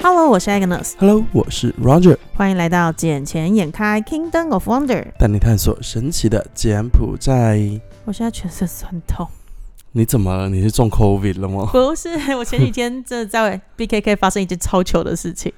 Hello，我是 Agnes， Hello，我是 Roger，欢迎来到《眼前眼开 Kingdom of Wonder》。带你探索神奇的柬埔寨。我现在全身酸痛，你怎么了？你是中 COVID 了吗？不是，我前几天真的在 BKK 发生一件超糗的事情。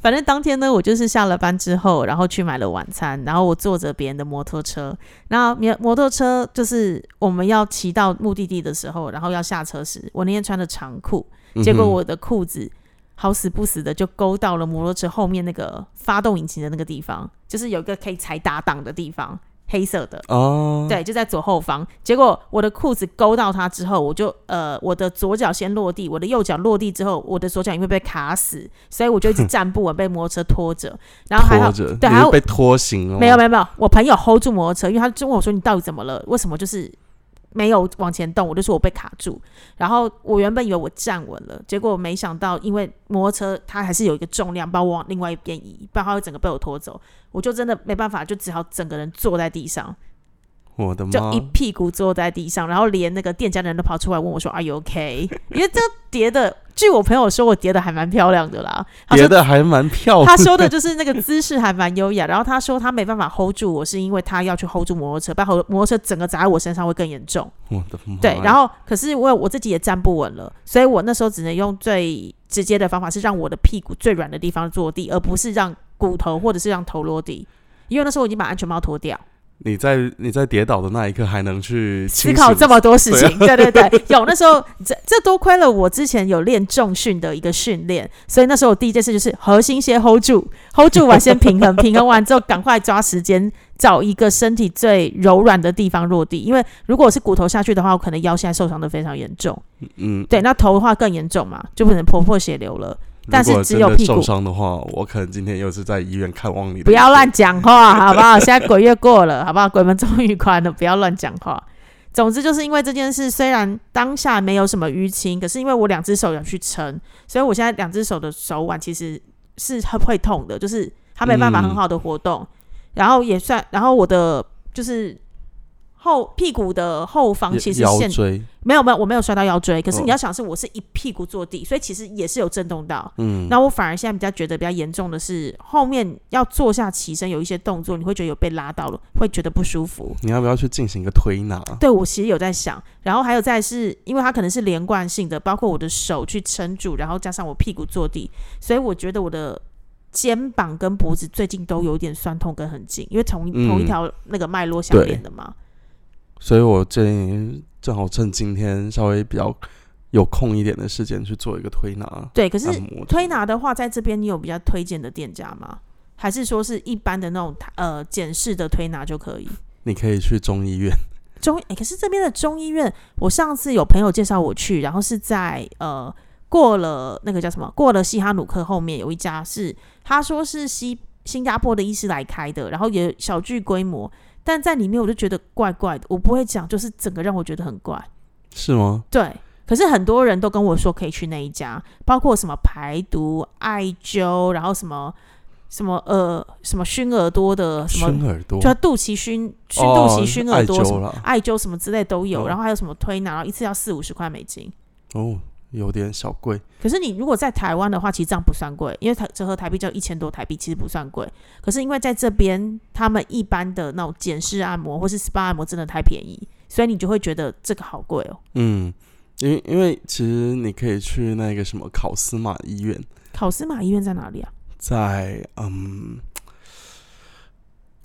反正当天呢，我就是下了班之后，然后去买了晚餐，然后我坐着别人的摩托车，然后摩摩托车就是我们要骑到目的地的时候，然后要下车时，我那天穿的长裤， 结嗯果我的裤子好死不死的就勾到了摩托车后面那个发动引擎的那个地方，就是有一个可以踩打档的地方，黑色的。嗯哼哦，，对，就在左后方。结果我的裤子勾到它之后，我就呃，我的左脚先落地，我的右脚落地之后，我的左脚因为被卡死，所以我就一直站不稳，被摩托车拖着。然后还好拖，着，对你还是有被拖行了吗？没有没有没有，我朋友 hold 住摩托车，因为他就问我说你到底怎么了？为什么就是没有往前动？我就说我被卡住。然后我原本以为我站稳了，结果没想到因为摩托车它还是有一个重量把我往另外一边移，不然它会整个被我拖走。我就真的没办法，就只好整个人坐在地上。我的就妈一！屁股坐在地上，然后连那个店家的人都跑出来问我说：“Are you OK？” 因为这叠的，据我朋友说，我叠的还蛮漂亮的啦。他别说的还蛮漂亮他，说的就是那个姿势还蛮优雅，然后他说他没办法 hold 住我，是因为他要去 hold 住摩托车，不然后摩托车整个砸在我身上会更严重。我的妈！对，然后可是我我自己也站不稳了，所以我那时候只能用最直接的方法是让我的屁股最软的地方落地，而不是让骨头或者是让头落地，因为那时候我已经把安全帽脱掉。你在你在跌倒的那一刻还能去思清考醒啊这么多事情，对对 对，有那时候这这多亏了我之前有练重训的一个训练，所以那时候我第一件事就是核心先 hold 住，hold 住完先平衡，平衡完之后赶快抓时间找一个身体最柔软的地方落地，因为如果我是骨头下去的话，我可能腰现在受伤的非常严重，嗯，对，那头的话更严重嘛，就可能婆破血流了。但是如果只有真的屁股受伤的话，我可能今天又是在医院看望你的。不要乱讲话，好不好？现在鬼月过了，好不好？鬼门终于关了，不要乱讲 话。总之就是因为这件事，虽然当下没有什么淤青，可是因为我两只手有去撑，所以我现在两只手的手腕其实是很会痛的，就是它没办法嗯很好的活动。然后也算，然后我的就是后屁股的后方腰其实腰现椎，没有没有，我没有摔到腰椎，可是哦你要想是我是一屁股坐地，所以其实也是有震动到。嗯，那我反而现在比较觉得比较严重的是，后面要坐下起身有一些动作，你会觉得有被拉到了，会觉得不舒服。你要不要去进行一个推拿？对我其实有在想，然后还有再是因为它可能是连贯性的，包括我的手去撑住，然后加上我屁股坐地，所以我觉得我的肩膀跟脖子最近都有点酸痛跟很紧，因为同一、同一嗯条那个脉络相对连的嘛。所以我建议正好趁今天稍微比较有空一点的时间去做一个推拿。对，可是按摩推拿的话，在这边你有比较推荐的店家吗？还是说是一般的那种呃简式的推拿就可以？你可以去中医院，中、诶可是这边的中医院，我上次有朋友介绍我去，然后是在呃过了那个叫什么，过了西哈努克后面有一家是，他说是西新加坡的医师来开的，然后也小具规模，但在里面我就觉得怪怪的，我不会讲，就是整个让我觉得很怪。是吗？对，可是很多人都跟我说可以去那一家，包括什么排毒、艾灸，然后什么什么呃什么熏耳朵的什么熏耳朵，就肚脐熏熏肚哦脐、熏耳朵艾灸什么啦艾灸什么之类都有，嗯然后还有什么推拿，然后一次要四五十块美金。哦，有点小贵。可是你如果在台湾的话，其实这样不算贵，因为台折合台币就一千多台币，其实不算贵。可是因为在这边，他们一般的那种简式按摩或是 SPA 按摩真的太便宜，所以你就会觉得这个好贵哦。嗯，因为因为其实你可以去那个什么考斯马医院，考斯马医院在哪里啊？在嗯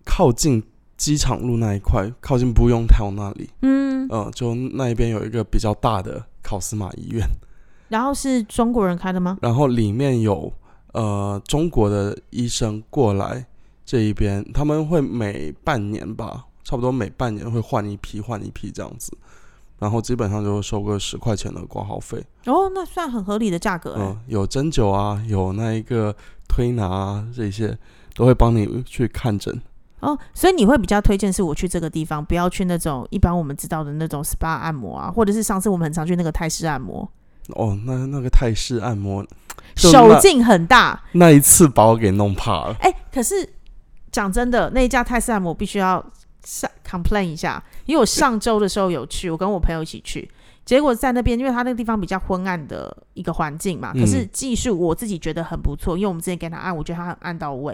靠近机场路那一块，靠近不用套那里，嗯，嗯、就那一边有一个比较大的考斯马医院，然后是中国人开的吗？然后里面有呃中国的医生过来这一边，他们会每半年吧，差不多每半年会换一批换一批这样子，然后基本上就收个十块钱的挂号费。哦，那算很合理的价格、欸。嗯，有针灸啊，有那一个推拿啊，这些都会帮你去看诊。哦，所以你会比较推荐是我去这个地方，不要去那种一般我们知道的那种 SPA 按摩啊，或者是上次我们很常去那个泰式按摩，哦，那那个泰式按摩就手那劲很大。那一次把我给弄怕了。哎、可是讲真的，那一家泰式按摩我必须要上 complain 一下，因为我上周的时候有去，我跟我朋友一起去，结果在那边，因为他那个地方比较昏暗的一个环境嘛，嗯可是技术我自己觉得很不错，因为我们之前给他按，我觉得他很按到位。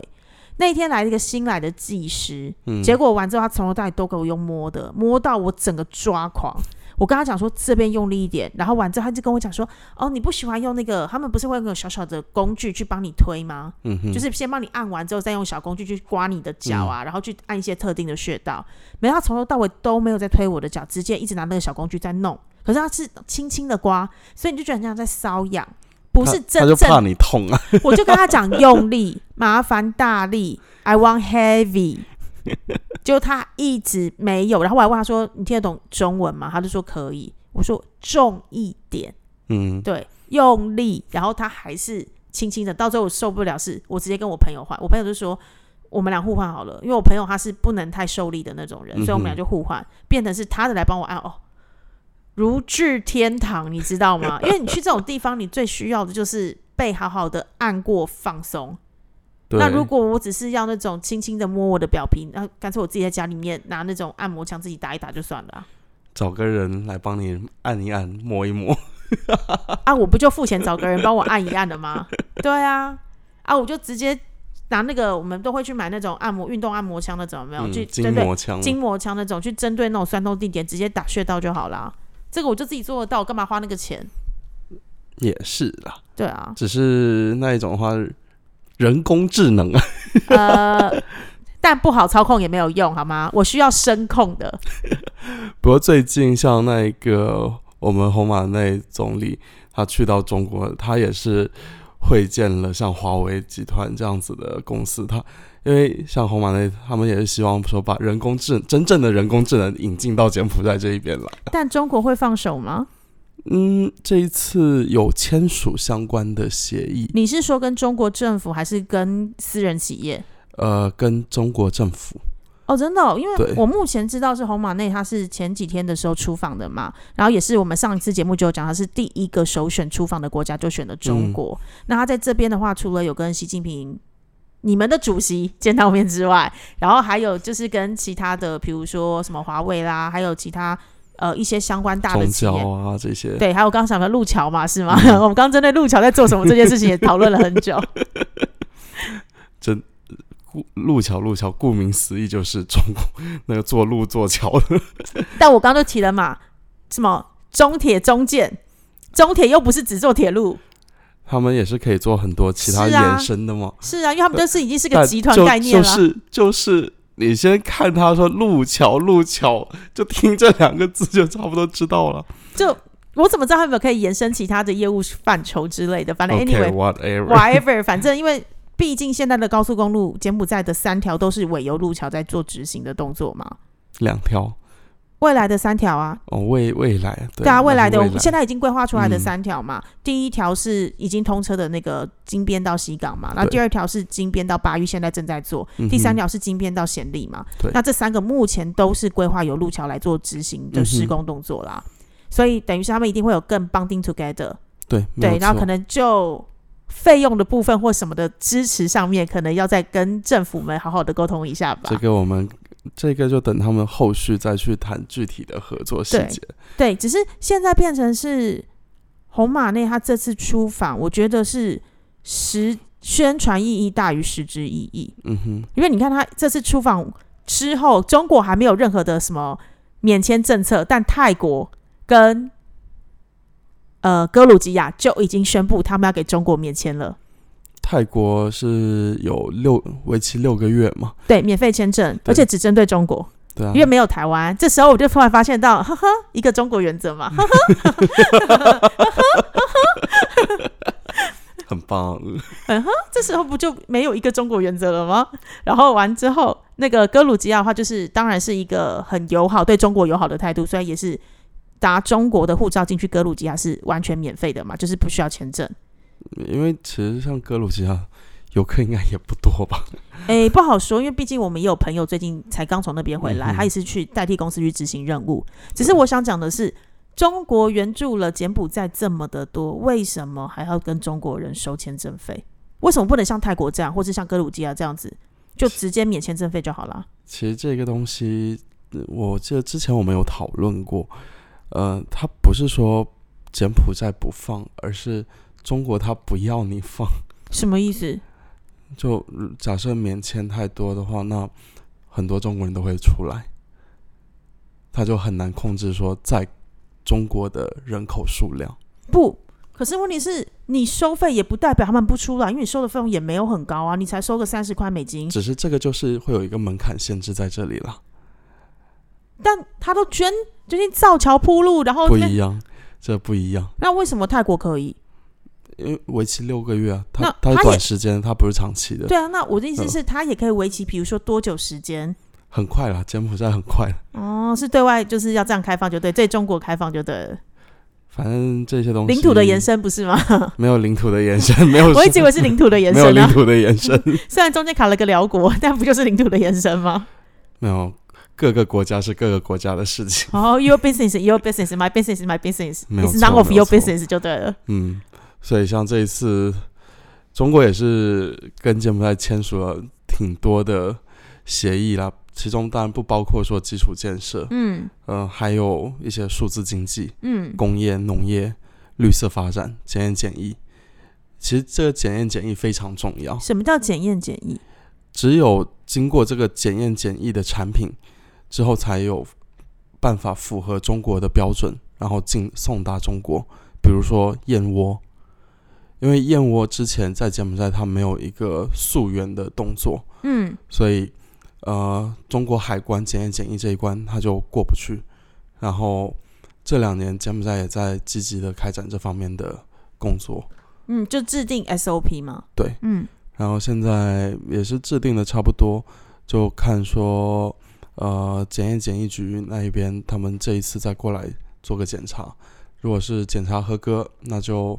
那一天来了一个新来的技师，嗯，结果完之后，他从头到尾都给我用摸的，摸到我整个抓狂。我跟他讲说这边用力一点，然后完之后他就跟我讲说，哦，你不喜欢用那个，他们不是会有那种小小的工具去帮你推吗？嗯嗯哼，就是先帮你按完之后，再用小工具去刮你的脚啊，然后去按一些特定的穴道。没有，他从头到尾都没有在推我的脚，直接一直拿那个小工具在弄。可是他是轻轻的刮，所以你就觉得很像在瘙痒，不是他真就怕正。你痛啊，我就跟他讲用力，麻烦大力，I want heavy。就他一直没有，然后我还问他说：“你听得懂中文吗？”他就说可以。我说重一点，嗯，对，用力，然后他还是轻轻的。到最后我受不了是，我直接跟我朋友换，我朋友就说我们俩互换好了，因为我朋友他是不能太受力的那种人，所以我们嗯俩哼就互换，变成是他的来帮我按哦。如至天堂，你知道吗？因为你去这种地方，你最需要的就是被好好的按过放松。对，那如果我只是要那种轻轻的摸我的表皮，那干脆我自己在家里面拿那种按摩枪自己打一打就算了啊、找个人来帮你按一按，摸一摸，啊，我不就付钱找个人帮我按一按的吗？ 对啊，啊，我就直接拿那个，我们都会去买那种按摩运动按摩枪那种，有没有？嗯去筋针对膜枪，筋膜枪那种，去针对那种酸痛地点直接打穴道就好啦。这个我就自己做得到，我干嘛花那个钱？也是啦，，对啊 只是那一种的话，人工智能啊， 呃，但不好操控也没有用，好吗？我需要声控的，不过最近像那一个我们红马内总理，他去到中国，他也是会见了像华为集团这样子的公司，他因为像红马内他们也是希望说把人工智真正的人工智能引进到柬埔寨这一边来。但中国会放手吗？嗯，这一次有签署相关的协议，你是说跟中国政府还是跟私人企业？呃，跟中国政府，哦，真的哦、因对为我目前知道是红马内，他是前几天的时候出访的嘛，然后也是我们上一次节目就有讲，他是第一个首选出访的国家，就选了嗯中国。那他在这边的话，除了有跟习近平你们的主席 见到面之外，然后还有就是跟其他的，比如说什么华为啦，还有其他呃一些相关大的宗企教嗯业，啊这些，对，还有刚刚讲的路桥嘛，是吗？ 我们刚刚针对路桥在做什么这件事情也讨论了很久。顾路桥路桥，顾名思义就是中国那个做路做桥的， 但我刚刚就提了嘛，什么中铁中建，中铁又不是只做铁路，他们也是可以做很多其他是啊延伸的嘛。是啊，因为他们就是已经是呃但个集团就概念了。啊就是就是，你先看他说路桥路桥，就听这两个字就差不多知道了。就我怎么知道他们有可以延伸其他的业务范畴之类的？反正 anyway、 OK，whatever， whatever，反正因为毕竟现在的高速公路，柬埔寨的三条都是尾游路桥在做执行的动作嘛。两条未来的三条啊，哦，未未来对对啊，未那来是的我未们现在已经规划出来的嗯三条嘛，第一条是已经通车的那个金边到西港嘛，然后对第二条是金边到巴育，现在正在做，嗯哼第三条是金边到暹粒嘛对。那这三个目前都是规划由路桥来做执行嗯的哼施工动作嗯啦，所以等于是他们一定会有更 bonding together，对没有对，然后错可能就费用的部分或什么的支持上面，可能要再跟政府们好好的沟通一下吧。这个我们这个就等他们后续再去谈具体的合作细对节。对，只是现在变成是红马内他这次出访，我觉得是实宣传意义大于实质意义。嗯哼，因为你看他这次出访之后，中国还没有任何的什么免签政策，但泰国跟呃哥鲁吉亚就已经宣布他们要给中国免签了，泰国是有六为期六个月嘛？对，免费签证，对而且只针对中国，对啊因，为没有台湾。这时候我就突然发现到，呵呵，一个中国原则嘛，呵呵很棒。这时候不就没有一个中国原则了吗？然后完之后，那个哥鲁吉亚的话，就是当然是一个很友好、对中国友好的态度，虽然也是拿中国的护照进去哥鲁吉亚是完全免费的嘛，就是不需要签证。因为其实像哥鲁吉亚游客应该也不多吧？诶，哎不好说，因为毕竟我们也有朋友最近才刚从那边回来，嗯哼他也是去代替公司去执行任务。只是我想讲的是，中国援助了柬埔寨这么的多，为什么还要跟中国人收签证费？为什么不能像泰国这样，或是像哥鲁吉亚这样子，就直接免签证费就好了？其实这个东西，呃我记得之前我们有讨论过，呃，他不是说柬埔寨不放，而是中国他不要你放。什么意思？就假设免签太多的话，那很多中国人都会出来，他就很难控制说在中国的人口数量。不，可是问题是你收费也不代表他们不出来，因为你收的费用也没有很高啊，你才收个三十块美金。只是这个就是会有一个门槛限制在这里啦，但他都捐，就是造桥铺路，然后不哦那一样，这不一样，那为什么泰国可以？因为为期六个月啊，他那他他是也短时间，他不是长期的，对啊，那我的意思嗯是，他也可以为期，比如说多久时间？很快啦，柬埔寨很快，嗯哦，是对外就是要这样开放就对，对中国开放就对了，反正这些东西领土的延伸不是 吗？没有领土的延伸，没有我一直以为是领土的延没有伸领啊，土的延伸， 虽然中间卡了个辽国， 但不就是领土的延伸吗？没有各个国家是各个国家的事情，哦、y o u r business, is your business, my business, is my business, 没有 it's 错 none of 没有 your 错 business 就对了。嗯，所以像这一次，中国也是跟柬埔寨签署了挺多的协议啦，其中当然不包括说基础建设，嗯呃，还有一些数字经济、嗯，工业、农业、绿色发展、检验检疫。其实这个检验检疫非常重要，什么叫检验检疫？只有经过这个检验检疫的产品之后，才有办法符合中国的标准，然后进送达中国。比如说燕窝，因为燕窝之前在柬埔寨它没有一个溯源的动作，嗯，所以呃，中国海关检验检疫这一关它就过不去。然后这两年柬埔寨也在积极的开展这方面的工作。嗯，就制定 SOP 嘛。对，嗯然后现在也是制定的差不多，就看说，呃，检验检疫局那一边他们这一次再过来做个检查，如果是检查合格，那就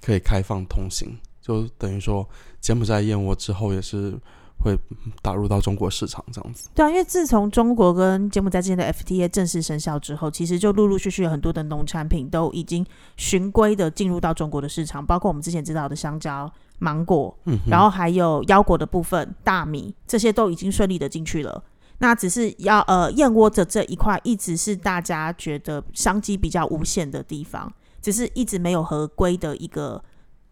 可以开放通行，就等于说柬埔寨燕窝之后也是会打入到中国市场这样子。对啊，因为自从中国跟柬埔寨之间的 FTA 正式生效之后，其实就陆陆续续有很多的农产品都已经循规的进入到中国的市场，包括我们之前知道的香蕉、芒果，嗯哼，然后还有腰果的部分、大米，这些都已经顺利的进去了。那只是要呃燕窝的这一块，一直是大家觉得商机比较无限的地方，只是一直没有合规的一个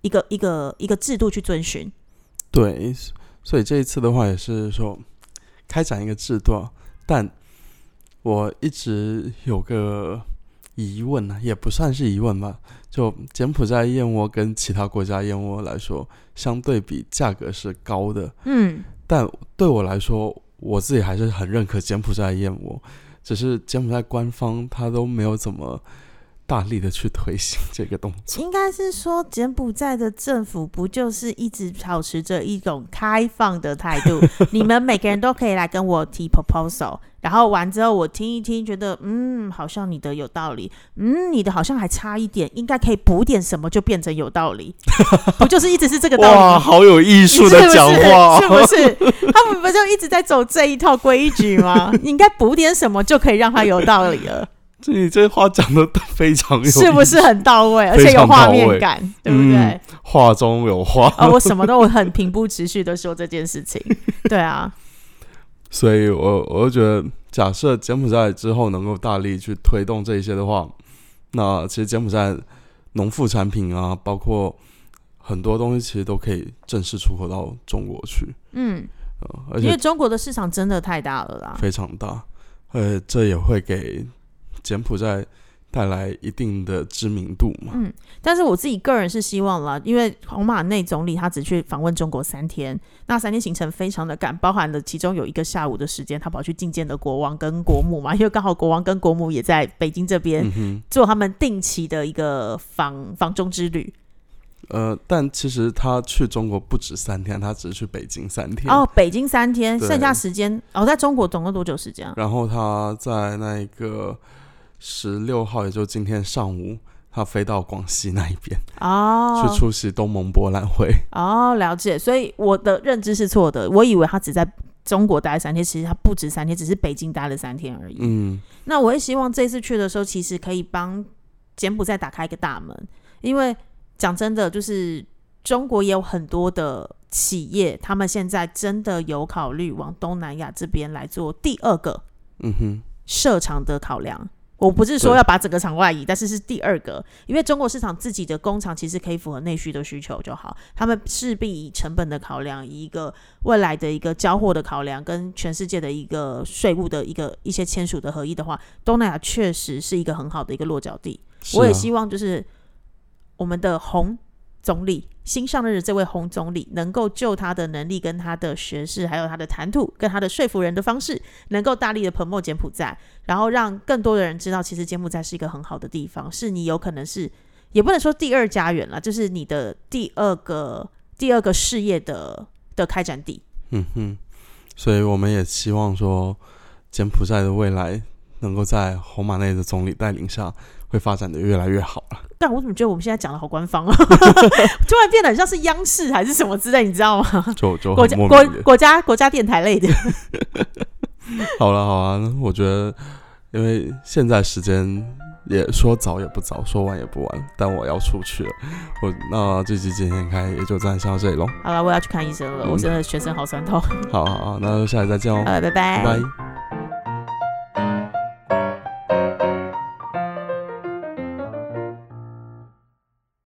一个一个一个制度去遵循。对，所以这一次的话也是说开展一个制度啊，但我一直有个疑问呢、也不算是疑问吧。就柬埔寨燕窝跟其他国家燕窝来说，相对比价格是高的，嗯，但对我来说，我自己还是很认可柬埔寨的燕窝，只是柬埔寨官方他都没有怎么大力的去推行这个动作。应该是说柬埔寨的政府不就是一直保持着一种开放的态度？你们每个人都可以来跟我提 proposal，然后完之后我听一听，觉得嗯，好像你的有道理，嗯，你的好像还差一点，应该可以补点什么，就变成有道理，不就是一直是这个道理哇，吗？好有艺你是术不的是讲话、哦，是不是？他们不就一直在走这一套规矩吗？你应该补点什么就可以让他有道理 了，这你这话讲的非常有，是不是很到位，而且非有常画到面位感，对不对？嗯话中 有话？啊、我什么都我很平铺直叙的说这件事情。对啊，所以我我就觉得，假设柬埔寨之后能够大力去推动这一些的话，那其实柬埔寨农副产品啊，包括很多东西，其实都可以正式出口到中国去，嗯，呃、 而因为且中国的市场真的太大了啦。非常大，呃，这也会给柬埔寨带来一定的知名度嘛。嗯但是我自己个人是希望啦，因为红马内总理他只去访问中国三天，那三天行程非常的赶，包含了其中有一个下午的时间，他跑去觐见的国王跟国母嘛，因为刚好国王跟国母也在北京这边嗯哼，做他们定期的一个访访中之旅。呃，但其实他去中国不止三天，他只是去北京三天。哦，北京三天，对剩下时间哦，在中国总共多久时间啊？然后他在那个十六号，也就今天上午，他飞到广西那一边、哦，去出席东盟博览会。哦，了解。所以我的认知是错的，我以为他只在中国待三天，其实他不止三天，只是北京待了三天而已。嗯，那我也希望这次去的时候，其实可以帮柬埔寨打开一个大门，因为讲真的，就是中国也有很多的企业，他们现在真的有考虑往东南亚这边来做第二个嗯哼，设厂的考量。我不是说对要把整个厂外移，但是是第二个，因为中国市场自己的工厂其实可以符合内需的需求就好，他们势必以成本的考量，以一个未来的一个交货的考量，跟全世界的一个税务的一个一些签署的合一的话，东南亚确实是一个很好的一个落脚地。是我也啊希望就是我们的洪总理新上任的这位洪总理，能够就他的能力、跟他的学识、还有他的谈吐、跟他的说服人的方式，能够大力的 promote 柬埔寨，然后让更多的人知道，其实柬埔寨是一个很好的地方，是你有可能是也不能说第二家园啦，就是你的第二个第二个事业的的开展地。嗯哼，所以我们也希望说，柬埔寨的未来能够在侯马内的总理带领下，会发展的越来越好 了。但我怎么觉得我们现在讲的好官方哦， 突然变得很像是央视还是什么之类，你知道吗？就就国哦很家莫国名的。国家国家电台类的。 好了好啊，那我觉得，因为现在时间也说早也不早，说晚也不晚，但我要出去了。我那这期今天开也就暂时到这里喽。好了，我要去看医生了，我嗯真的全身好酸痛。好好好，那就下期再见哦，好了，拜拜。拜拜